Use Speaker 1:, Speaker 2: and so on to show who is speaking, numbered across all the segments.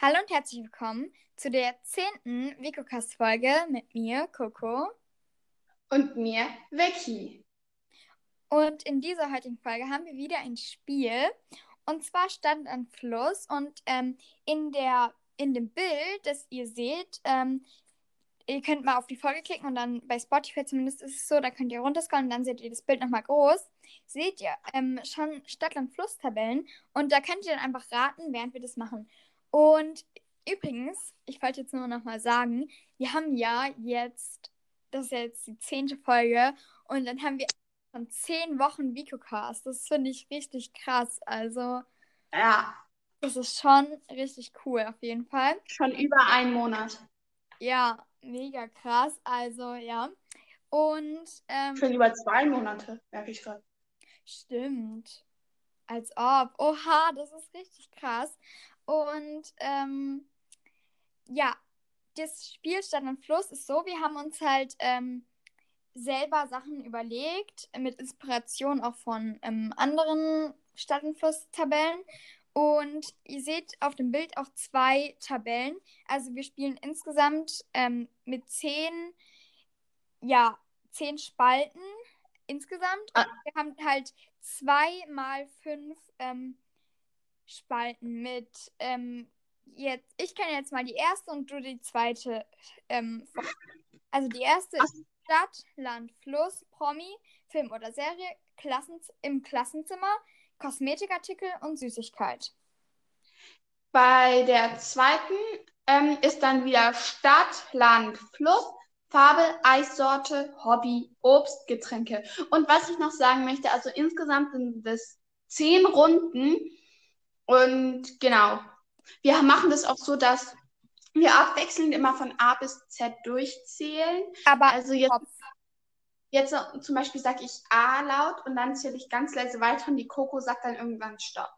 Speaker 1: Hallo und herzlich willkommen zu der zehnten VicoCast-Folge mit mir, Coco.
Speaker 2: Und mir, Vicky.
Speaker 1: Und in dieser heutigen Folge haben wir wieder ein Spiel. Und zwar Stand an Fluss. Und ähm, in, der, in dem Bild, das ihr seht, ähm, ihr könnt mal auf die Folge klicken und dann bei Spotify zumindest ist es so, da könnt ihr runterscrollen und dann seht ihr das Bild nochmal groß. Seht ihr ähm, schon Stadtland-Fluss-Tabellen. Und da könnt ihr dann einfach raten, während wir das machen. Und übrigens, ich wollte jetzt nur nochmal sagen, wir haben ja jetzt, das ist ja jetzt die zehnte Folge und dann haben wir schon zehn Wochen VicoCast. Das finde ich richtig krass. Also,
Speaker 2: Ja,
Speaker 1: das ist schon richtig cool auf jeden Fall.
Speaker 2: schon über einen Monat.
Speaker 1: Ja, mega krass. Also, ja. Und, ähm,
Speaker 2: Schon über zwei Monate, merke ich gerade.
Speaker 1: stimmt. Als ob. Oha, das ist richtig krass. Und, ähm, ja, das Spiel Stadt und Fluss ist so, wir haben uns halt, ähm, selber Sachen überlegt, mit Inspiration auch von ähm, anderen Stadt- und Flusstabellen. Und ihr seht auf dem Bild auch zwei Tabellen. Also wir spielen insgesamt ähm, mit zehn, ja, zehn Spalten insgesamt.
Speaker 2: Ah.
Speaker 1: Und wir haben halt zwei mal fünf ähm, Spalten mit ähm, jetzt, ich kann jetzt mal die erste und du die zweite. Ähm, vor- also die erste ist Stadt, Land, Fluss, Promi, Film oder Serie, Klassen im Klassenzimmer, Kosmetikartikel und Süßigkeit.
Speaker 2: Bei der zweiten ähm, ist dann wieder Stadt, Land, Fluss, Farbe, Eissorte, Hobby, Obst, Getränke. Und was ich noch sagen möchte, also insgesamt sind das zehn Runden. Und genau, wir machen das auch so, dass wir abwechselnd immer von A bis Z durchzählen.
Speaker 1: Aber
Speaker 2: Also jetzt,
Speaker 1: Kopf.
Speaker 2: jetzt so- zum Beispiel sage ich A laut und dann zähle ich ganz leise weiter und die Coco sagt dann irgendwann Stopp.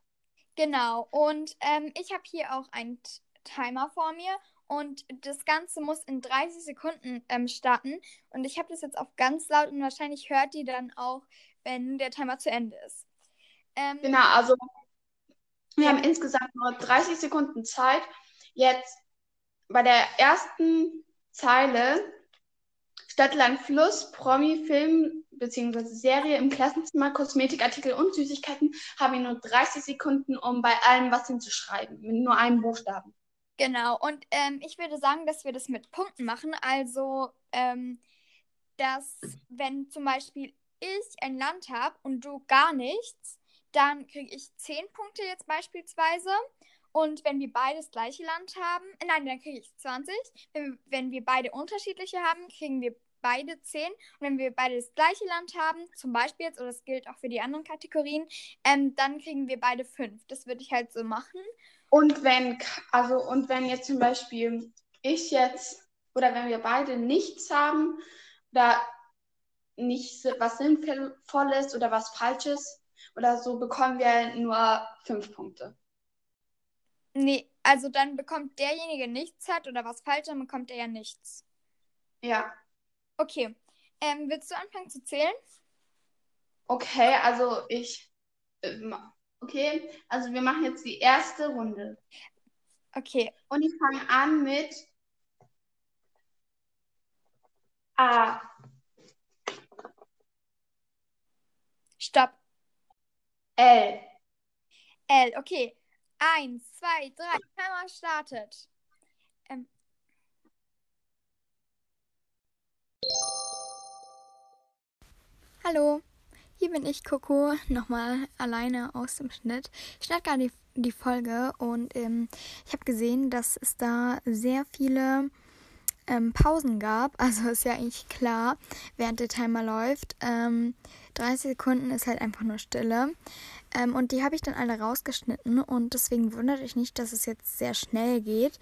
Speaker 1: genau, und ähm, ich habe hier auch einen T- Timer vor mir und das Ganze muss in 30 Sekunden ähm, starten. Und ich habe das jetzt auf ganz laut und wahrscheinlich hört ihr dann auch, wenn der Timer zu Ende ist. Ähm,
Speaker 2: Genau, also wir haben insgesamt nur 30 Sekunden Zeit. Jetzt bei der ersten Zeile Stadt, Land, Fluss, Promi, Film bzw. Serie im Klassenzimmer, Kosmetikartikel und Süßigkeiten haben wir nur 30 Sekunden, um bei allem was hinzuschreiben, mit nur einem Buchstaben.
Speaker 1: Genau, und ähm, ich würde sagen, dass wir das mit Punkten machen. Also, ähm, dass wenn zum Beispiel ich ein Land habe und du gar nichts, dann kriege ich 10 Punkte jetzt beispielsweise. Und wenn wir beide das gleiche Land haben, äh, nein, dann kriege ich 20. Wenn, wenn wir beide unterschiedliche haben, kriegen wir beide 10. Und wenn wir beide das gleiche Land haben, zum Beispiel jetzt, oder das gilt auch für die anderen Kategorien, ähm, dann kriegen wir beide 5. Das würde ich halt so machen.
Speaker 2: Und wenn, k- also, und wenn jetzt zum Beispiel ich jetzt oder wenn wir beide nichts haben oder nicht si- was Sinnvolles oder was Falsches oder so, bekommen wir nur fünf Punkte.
Speaker 1: Nee, also dann bekommt derjenige nichts hat oder was falsch, dann bekommt er ja nichts.
Speaker 2: Ja.
Speaker 1: Okay. Ähm, willst du anfangen zu zählen?
Speaker 2: Okay, also ich. ähm, Okay, also wir machen jetzt die erste Runde.
Speaker 1: Okay.
Speaker 2: Und ich fange an mit A.
Speaker 1: Stopp.
Speaker 2: L.
Speaker 1: L. Okay. Eins, zwei, drei. Timer startet. Ähm. Hallo. Hier bin ich, Coco, nochmal alleine aus dem Schnitt. Ich schneide gerade die, die Folge und ähm, ich habe gesehen, dass es da sehr viele ähm, Pausen gab. Also ist ja eigentlich klar, während der Timer läuft. Ähm, 30 Sekunden ist halt einfach nur Stille. Ähm, und die habe ich dann alle rausgeschnitten und deswegen wundert euch nicht, dass es jetzt sehr schnell geht.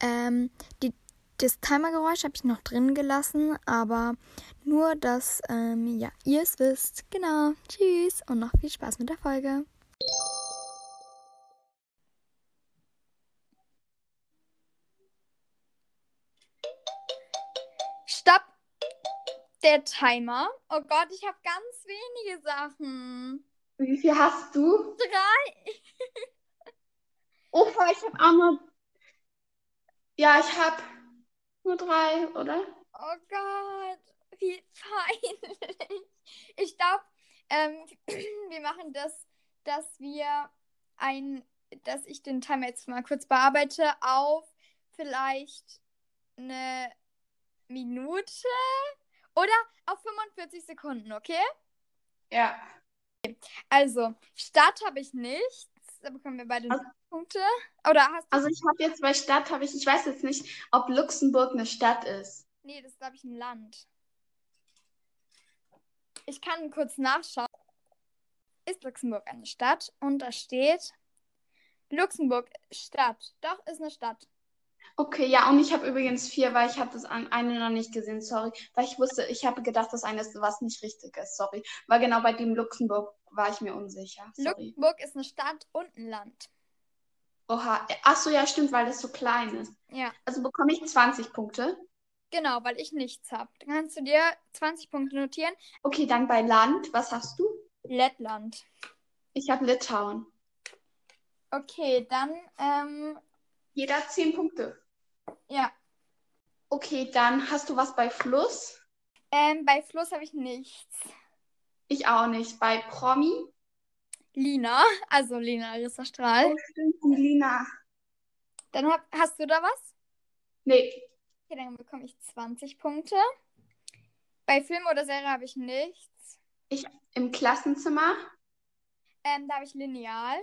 Speaker 1: Ähm, die, das Timergeräusch habe ich noch drin gelassen, aber nur, dass ähm, ja, ihr es wisst. Genau. Tschüss und noch viel Spaß mit der Folge. Stopp! Der Timer. Oh Gott, ich habe ganz wenige Sachen.
Speaker 2: Wie viel hast du?
Speaker 1: Drei.
Speaker 2: Oh, ich habe auch nur Ja, ich habe nur drei, oder?
Speaker 1: Oh Gott, wie peinlich. Ich glaube, ähm, wir machen das, dass wir ein, dass ich den Timer jetzt mal kurz bearbeite, auf vielleicht eine Minute oder auf 45 Sekunden, okay?
Speaker 2: Ja.
Speaker 1: Also, Start habe ich nichts. Da bekommen wir beide
Speaker 2: Also-
Speaker 1: null Punkte. Oder hast du.
Speaker 2: Also ich habe jetzt bei Stadt, habe ich, ich weiß jetzt nicht, ob Luxemburg eine Stadt ist.
Speaker 1: Nee, das ist, glaube ich, ein Land. Ich kann kurz nachschauen. Ist Luxemburg eine Stadt? Und da steht Luxemburg Stadt. Doch, ist eine Stadt.
Speaker 2: Okay, ja, und ich habe übrigens vier, weil ich habe das an- eine noch nicht gesehen, sorry. Weil ich wusste, ich habe gedacht, das eine ist was nicht richtig ist, sorry. Weil genau bei dem Luxemburg war ich mir unsicher, sorry.
Speaker 1: Luxemburg ist eine Stadt und ein Land.
Speaker 2: Oha, ach so, ja, stimmt, weil das so klein ist.
Speaker 1: Ja,
Speaker 2: Also bekomme ich 20 Punkte.
Speaker 1: genau, weil ich nichts habe. Dann kannst du dir 20 Punkte notieren.
Speaker 2: Okay, dann bei Land, was hast du?
Speaker 1: Lettland.
Speaker 2: Ich habe Litauen.
Speaker 1: Okay, dann, ähm,
Speaker 2: Jeder 10 Punkte.
Speaker 1: ja.
Speaker 2: Okay, dann hast du was bei Fluss?
Speaker 1: Ähm, bei Fluss habe ich nichts.
Speaker 2: Ich auch nicht. Bei Promi?
Speaker 1: Lina, also Lina Rissa Strahl.
Speaker 2: Lina.
Speaker 1: Dann hab, hast du da was?
Speaker 2: Nee,
Speaker 1: Okay, dann bekomme ich 20 Punkte. Bei Film oder Serie habe ich nichts.
Speaker 2: im Klassenzimmer?
Speaker 1: Ähm, da habe ich Lineal.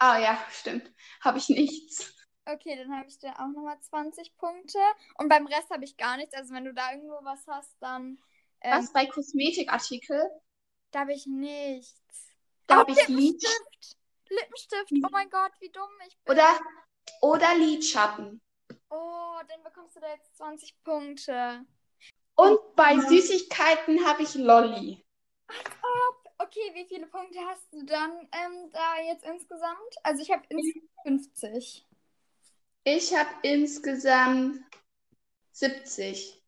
Speaker 2: Ah ja, stimmt. Habe ich nichts.
Speaker 1: Okay, dann habe ich da auch nochmal 20 Punkte. Und beim Rest habe ich gar nichts. Also wenn du da irgendwo was hast, dann. Ähm,
Speaker 2: Was bei Kosmetikartikel?
Speaker 1: Da habe ich nichts.
Speaker 2: Da
Speaker 1: Oh,
Speaker 2: habe ich Lid
Speaker 1: Lippenstift. Lippenstift. Oh mein Gott, wie dumm ich bin.
Speaker 2: Hm. oder, oder Lidschatten.
Speaker 1: Oh, dann bekommst du da jetzt 20 Punkte.
Speaker 2: Und
Speaker 1: Oh,
Speaker 2: bei Süßigkeiten habe ich Lolli.
Speaker 1: Okay, wie viele Punkte hast du dann ähm, da jetzt insgesamt? Also ich habe insgesamt 50.
Speaker 2: Ich habe insgesamt 70.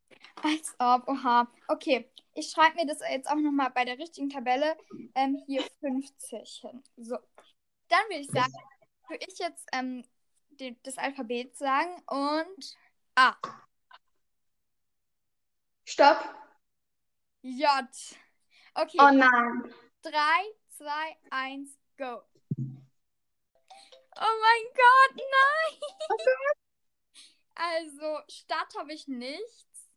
Speaker 1: Als ob, oha. Okay, ich schreibe mir das jetzt auch nochmal bei der richtigen Tabelle ähm, hier 50 hin. So, dann würde ich sagen, würde ich jetzt ähm, die, das Alphabet sagen und
Speaker 2: Stopp.
Speaker 1: J. Okay,
Speaker 2: Oh nein.
Speaker 1: 3, 2, 1, go. Oh mein Gott, nein! Also, Stadt habe ich nichts.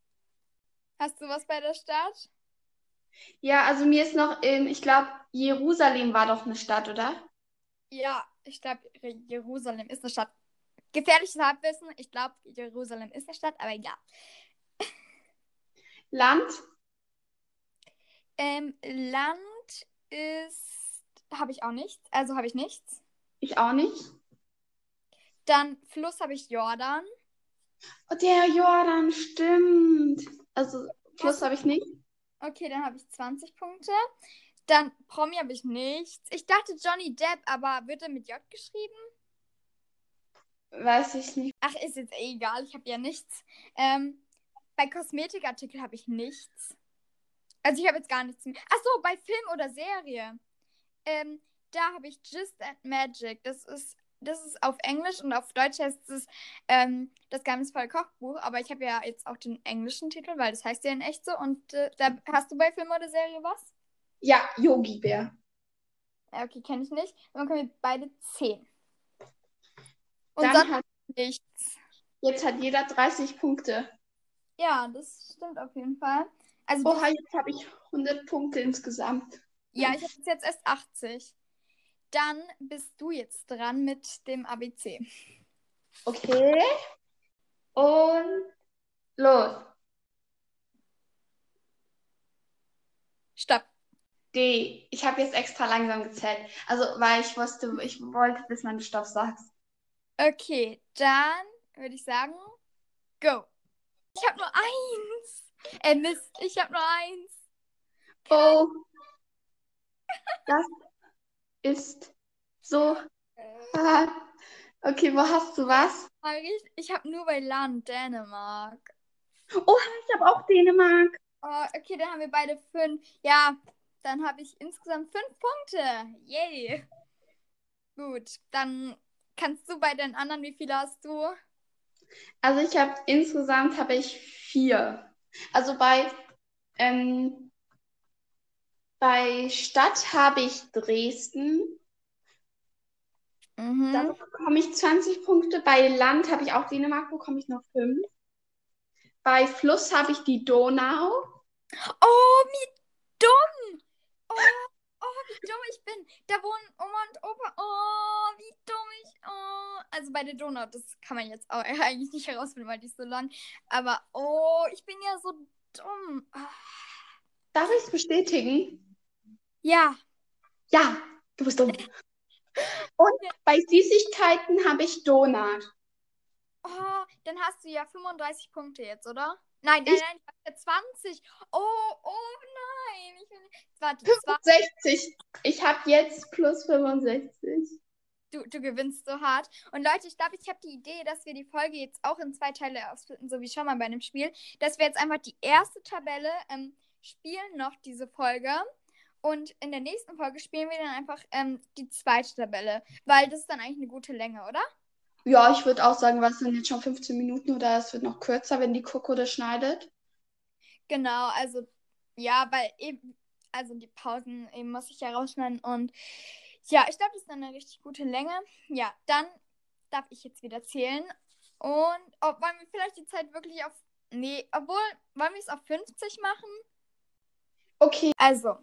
Speaker 1: Hast du was bei der Stadt?
Speaker 2: Ja, also mir ist noch in, ich glaube, Jerusalem war doch eine Stadt, oder?
Speaker 1: Ja, ich glaube, Jerusalem ist eine Stadt. Gefährliches Halbwissen. Ich glaube, Jerusalem ist eine Stadt, aber egal.
Speaker 2: Land?
Speaker 1: Ähm, Land ist. Habe ich auch nichts. Also habe ich nichts.
Speaker 2: Ich auch nicht.
Speaker 1: Dann Fluss habe ich Jordan.
Speaker 2: Oh, der Jordan, stimmt. Also Fluss habe ich nicht.
Speaker 1: Okay, dann habe ich 20 Punkte. Dann Promi habe ich nichts. Ich dachte Johnny Depp, aber wird er mit J geschrieben?
Speaker 2: Weiß ich nicht.
Speaker 1: Ach, ist jetzt eh egal. Ich habe ja nichts. Ähm, bei Kosmetikartikel habe ich nichts. Also ich habe jetzt gar nichts mehr. Ach so, bei Film oder Serie. Ähm, da habe ich Just and Magic. Das ist, das ist auf Englisch und auf Deutsch heißt es ähm, das geheimnisvolle Kochbuch. Aber ich habe ja jetzt auch den englischen Titel, weil das heißt ja in echt so. Und äh, da hast du bei Film oder Serie was?
Speaker 2: Ja, Yogi Bär.
Speaker 1: Ja, Okay, kenne ich nicht. Dann können wir beide 10. Und
Speaker 2: Dann
Speaker 1: sonst
Speaker 2: hat,
Speaker 1: nichts.
Speaker 2: jetzt hat jeder 30 Punkte.
Speaker 1: Ja, das stimmt auf jeden Fall. Also du
Speaker 2: Oha, jetzt habe ich 100 Punkte insgesamt.
Speaker 1: Ja, ich habe jetzt erst 80. Dann bist du jetzt dran mit dem ABC.
Speaker 2: Okay. Und los.
Speaker 1: Stopp.
Speaker 2: D. Ich habe jetzt extra langsam gezählt. Also, weil ich wusste, ich wollte, bis man Stopp sagt.
Speaker 1: Okay, dann würde ich sagen, go. Ich habe nur eins. Äh, Mist, ich habe nur eins.
Speaker 2: Oh. Das ist so hart. Okay, wo hast du was?
Speaker 1: Marie, ich habe nur bei Land Dänemark.
Speaker 2: Ich habe auch Dänemark.
Speaker 1: Oh, okay, dann haben wir beide fünf. Ja, dann habe ich insgesamt fünf Punkte. Yay. Gut, dann kannst du bei den anderen, wie viele hast du?
Speaker 2: Also ich habe insgesamt habe ich vier. Also bei, ähm, bei Stadt habe ich Dresden.
Speaker 1: Mhm.
Speaker 2: Da bekomme ich 20 Punkte. Bei Land habe ich auch Dänemark, bekomme ich nur fünf. Bei Fluss habe ich die Donau.
Speaker 1: Oh, wie dumm! Oh, oh, wie dumm ich bin. Da wohnen Oma und Opa. Oh, wie dumm ich. Oh. Also bei der Donau, das kann man jetzt auch eigentlich nicht herausfinden, weil die ist so lang. Aber oh, ich bin ja so dumm. Ah.
Speaker 2: Darf ich es bestätigen?
Speaker 1: Ja,
Speaker 2: Ja, du bist dumm. Und bei Süßigkeiten habe ich Donut.
Speaker 1: oh, dann hast du ja 35 Punkte jetzt, oder? Nein, nein,
Speaker 2: Ich-
Speaker 1: nein, ich hab ja 20. Oh, oh nein. Ich bin... Warte, das war,
Speaker 2: 65. Ich habe jetzt plus 65.
Speaker 1: du, du gewinnst so hart. Und Leute, ich glaube, ich habe die Idee, dass wir die Folge jetzt auch in zwei Teile aufsplitten, so wie schon mal bei einem Spiel, dass wir jetzt einfach die erste Tabelle ähm, spielen, noch diese Folge. Und in der nächsten Folge spielen wir dann einfach ähm, die zweite Tabelle, weil das ist dann eigentlich eine gute Länge, oder?
Speaker 2: Ja, ich würde auch sagen, was sind jetzt schon 15 Minuten oder es wird noch kürzer, wenn die Coco das schneidet.
Speaker 1: Genau, also ja, weil eben, also die Pausen eben muss ich ja rausschneiden und ja, ich glaube, das ist dann eine richtig gute Länge. Ja, dann darf ich jetzt wieder zählen und ob wollen wir vielleicht die Zeit wirklich auf, nee, obwohl, wollen wir es auf 50 machen?
Speaker 2: Okay,
Speaker 1: Also,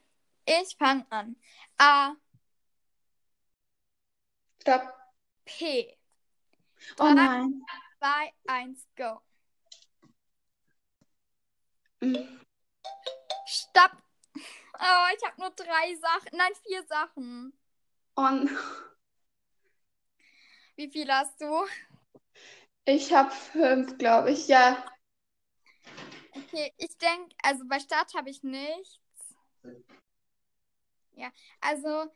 Speaker 1: ich fange an. A,
Speaker 2: stopp.
Speaker 1: P,
Speaker 2: Oh nein.
Speaker 1: 2, 1, go.
Speaker 2: Mhm.
Speaker 1: Stopp! Oh, ich habe nur drei Sachen, nein, vier Sachen.
Speaker 2: Und
Speaker 1: Wie viele hast du?
Speaker 2: ich habe fünf, glaube ich. Ja.
Speaker 1: Okay, ich denke, also bei Start habe ich nichts. Ja, also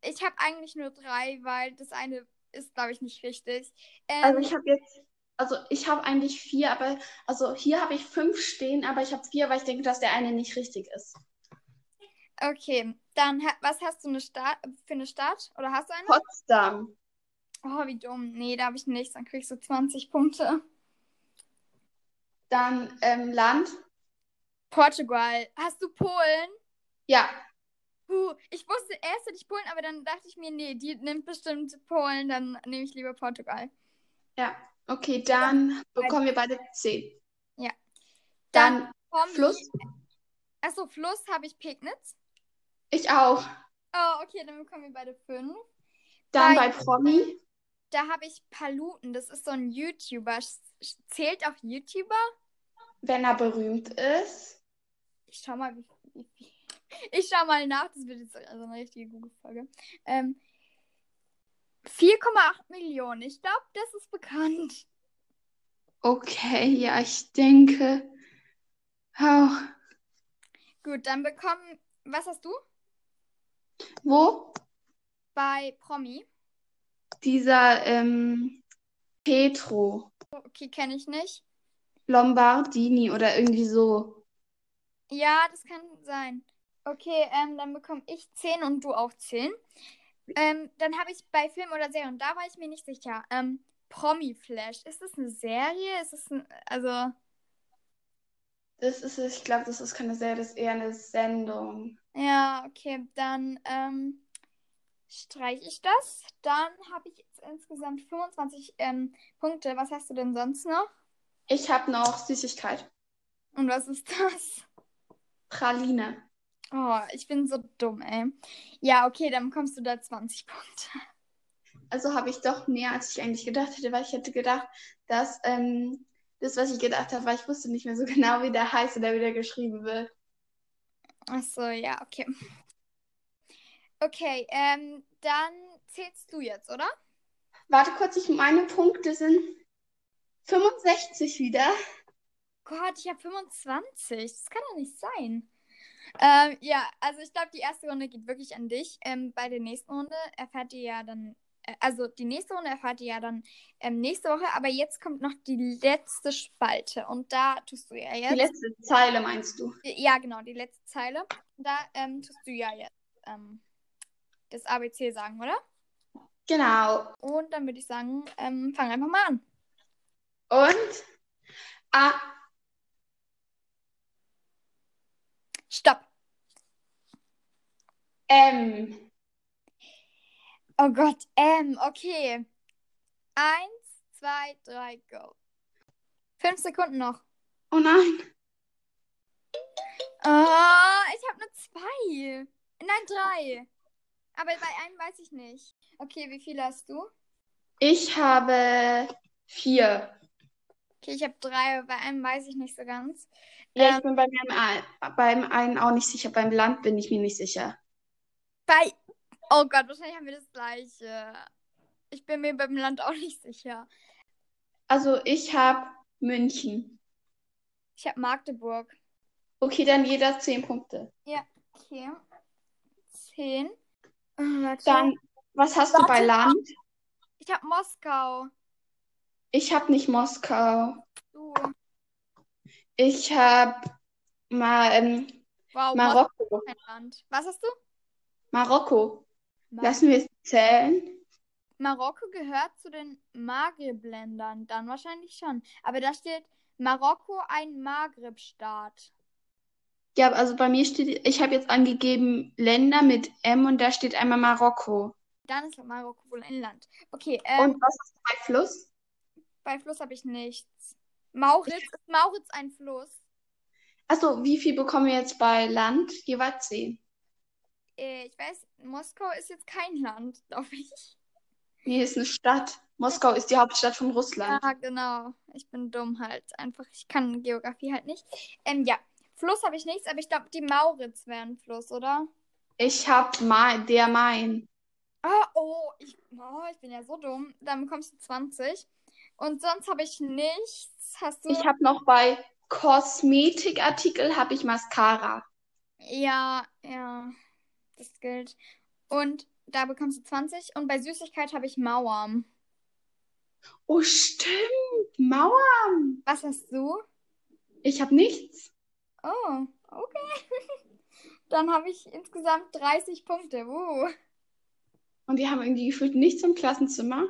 Speaker 1: ich habe eigentlich nur drei, weil das eine ist, glaube ich, nicht richtig. Ähm,
Speaker 2: Also ich habe jetzt, also ich habe eigentlich vier, aber also hier habe ich fünf stehen, aber ich habe vier, weil ich denke, dass der eine nicht richtig ist.
Speaker 1: okay, dann ha was hast du eine Start für eine Start? Oder hast du eine?
Speaker 2: Potsdam.
Speaker 1: Oh, wie dumm. Nee, da habe ich nichts. Dann kriegst du 20 Punkte.
Speaker 2: Dann ähm, Land.
Speaker 1: Portugal. Hast du Polen?
Speaker 2: Ja.
Speaker 1: Puh, ich wusste erst hätte ich Polen, aber dann dachte ich mir, nee, die nimmt bestimmt Polen, dann nehme ich lieber Portugal.
Speaker 2: Okay, dann bekommen wir beide C.
Speaker 1: Ja.
Speaker 2: Dann
Speaker 1: Komm,
Speaker 2: Fluss.
Speaker 1: Achso, Fluss habe ich Pegnitz.
Speaker 2: Ich auch.
Speaker 1: Oh, okay, dann bekommen wir beide fünf.
Speaker 2: Dann
Speaker 1: Bei-
Speaker 2: bei Promi.
Speaker 1: Da habe ich Paluten, das ist so ein YouTuber. S- s- Zählt auch YouTuber?
Speaker 2: Wenn er berühmt ist.
Speaker 1: Ich schau mal, wie, wie, wie. Ich schau mal nach, das wird jetzt also eine richtige Google-Folge. Ähm, 4,8 Millionen, ich glaube, das ist bekannt.
Speaker 2: Okay, ja, ich denke. Oh.
Speaker 1: Gut, dann bekommen. Was hast du
Speaker 2: Wo?
Speaker 1: bei Promi?
Speaker 2: Dieser ähm, Petro
Speaker 1: Okay, kenne ich nicht.
Speaker 2: Lombardini oder irgendwie so.
Speaker 1: Ja, das kann sein. Okay, ähm, dann bekomme ich 10 und du auch 10. Ähm, dann habe ich bei Film oder Serie, und da war ich mir nicht sicher, ähm, Promi Flash. Ist das eine Serie? Ist das ein, also,
Speaker 2: Das ist, ich glaube, das ist keine Serie, das ist eher eine Sendung.
Speaker 1: ja, okay, dann ähm, streiche ich das. Dann habe ich jetzt insgesamt 25 ähm, Punkte. Was hast du denn sonst noch?
Speaker 2: Ich habe noch Süßigkeit.
Speaker 1: Und was ist das?
Speaker 2: Praline.
Speaker 1: Oh, ich bin so dumm, ey. Ja, okay, dann bekommst du da 20 Punkte.
Speaker 2: Also habe ich doch mehr, als ich eigentlich gedacht hätte, weil ich hätte gedacht, dass ähm, das, was ich gedacht habe, weil ich wusste nicht mehr so genau, wie der heißt oder wie der geschrieben wird.
Speaker 1: Achso, ja, okay. Okay, ähm, dann zählst du jetzt, oder?
Speaker 2: Warte kurz, ich meine Punkte sind 65 wieder.
Speaker 1: Gott, ich habe 25. Das kann doch nicht sein. Ähm, ja, also ich glaube, die erste Runde geht wirklich an dich. Ähm, bei der nächsten Runde erfahrt ihr ja dann, äh, also die nächste Runde erfahrt ihr ja dann ähm, nächste Woche, aber jetzt kommt noch die letzte Spalte und da tust du ja
Speaker 2: Die
Speaker 1: jetzt.
Speaker 2: letzte Zeile meinst du?
Speaker 1: Ja, genau, die letzte Zeile. Da ähm, tust du ja jetzt ähm, das ABC sagen, oder?
Speaker 2: Genau.
Speaker 1: Und dann würde ich sagen, ähm, fang einfach mal an.
Speaker 2: Und ah,
Speaker 1: Stopp.
Speaker 2: M.
Speaker 1: Oh Gott, M. Okay. Eins, zwei, drei, go. Fünf Sekunden noch.
Speaker 2: Oh nein.
Speaker 1: Oh, ich habe nur zwei. Nein, drei. Aber bei einem weiß ich nicht. Okay, wie viele hast du?
Speaker 2: Ich habe vier.
Speaker 1: Okay, ich habe drei, aber bei einem weiß ich nicht so ganz.
Speaker 2: Ja, ich bin bei meinem, ein- beim einen auch nicht sicher. Beim Land bin ich mir nicht sicher.
Speaker 1: Bei. Oh Gott, wahrscheinlich haben wir das gleiche. Ich bin mir beim Land auch nicht sicher.
Speaker 2: Also ich habe München.
Speaker 1: Ich habe Magdeburg.
Speaker 2: Okay, dann jeder zehn Punkte.
Speaker 1: Okay. Zehn. Oh, warte.
Speaker 2: Dann, was hast du
Speaker 1: Warte.
Speaker 2: bei Land?
Speaker 1: Ich habe Moskau.
Speaker 2: Ich habe nicht Moskau.
Speaker 1: Du.
Speaker 2: Ich habe mal ähm,
Speaker 1: Wow, Moskau
Speaker 2: Marokko.
Speaker 1: ist ein Land. Was hast du?
Speaker 2: Marokko.
Speaker 1: Ma-
Speaker 2: Lassen wir es zählen.
Speaker 1: Marokko gehört zu den Maghreb-Ländern, dann wahrscheinlich schon. Aber da steht Marokko ein Maghreb-Staat.
Speaker 2: Ja, also bei mir steht, ich habe jetzt angegeben Länder mit M und da steht einmal Marokko.
Speaker 1: Dann ist Marokko wohl ein Land. Okay, ähm,
Speaker 2: Und was ist bei Fluss?
Speaker 1: bei Fluss habe ich nichts. Mauritz, ist Mauritz ein Fluss?
Speaker 2: Achso, wie viel bekommen wir jetzt bei Land? Jeweils zehn.
Speaker 1: Äh, Ich weiß, Moskau ist jetzt kein Land, glaube ich.
Speaker 2: Nee, ist eine Stadt. Moskau ist die Hauptstadt von Russland.
Speaker 1: Ja, genau. Ich bin dumm halt. Einfach, ich kann Geografie halt nicht. Ähm, ja, Fluss habe ich nichts, aber ich glaube, die Mauritz wäre ein Fluss, oder?
Speaker 2: Ich habe Main, der Main.
Speaker 1: Ah, oh, ich, oh, ich bin ja so dumm. Dann bekommst du 20. Und sonst habe ich nichts. Hast du?
Speaker 2: Ich habe noch bei Kosmetikartikel habe ich Mascara.
Speaker 1: Ja, ja. Das gilt. Und da bekommst du 20. Und bei Süßigkeit habe ich Mauern.
Speaker 2: Oh, stimmt. Mauern.
Speaker 1: Was hast du?
Speaker 2: Ich habe nichts.
Speaker 1: Oh, okay. Dann habe ich insgesamt 30 Punkte. Uh.
Speaker 2: Und wir haben irgendwie gefühlt nichts im Klassenzimmer.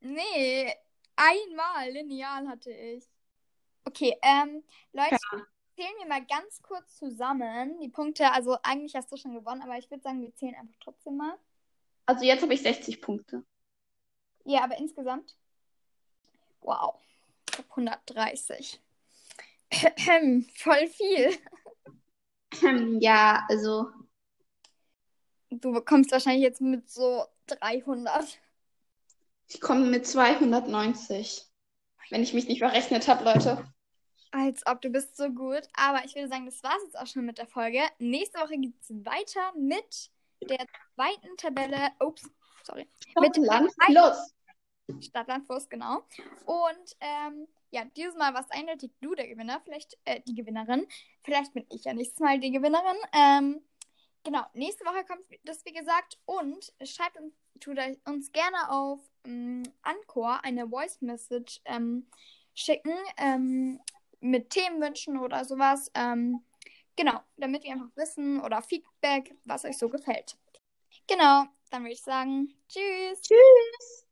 Speaker 1: Nee, einmal lineal hatte ich. Okay, ähm, Leute, zählen wir mal ganz kurz zusammen die Punkte. Also eigentlich hast du schon gewonnen, aber ich würde sagen, wir zählen einfach trotzdem mal.
Speaker 2: Also jetzt habe ich 60 Punkte.
Speaker 1: Ja, aber insgesamt. Wow, ich habe 130. Voll viel.
Speaker 2: Ja, also.
Speaker 1: Du bekommst wahrscheinlich jetzt mit so 300.
Speaker 2: Ich komme mit 290. Wenn ich mich nicht verrechnet habe, Leute.
Speaker 1: Als ob du bist so gut. Aber ich würde sagen, das war's jetzt auch schon mit der Folge. Nächste Woche geht's weiter mit der zweiten Tabelle. Ups, sorry. Mit-
Speaker 2: Land, los.
Speaker 1: Stadtlandfluss, genau. Und ähm, ja, dieses Mal warst eindeutig du der Gewinner, vielleicht äh, die Gewinnerin. Vielleicht bin ich ja nächstes Mal die Gewinnerin. Ähm, genau, nächste Woche kommt das, wie gesagt. Und schreibt uns, tut euch- uns gerne auf ähm, Anchor eine Voice Message ähm, schicken ähm, mit Themenwünschen oder sowas. Ähm, genau, damit wir einfach wissen oder Feedback, was euch so gefällt. Genau, dann würde ich sagen, tschüss.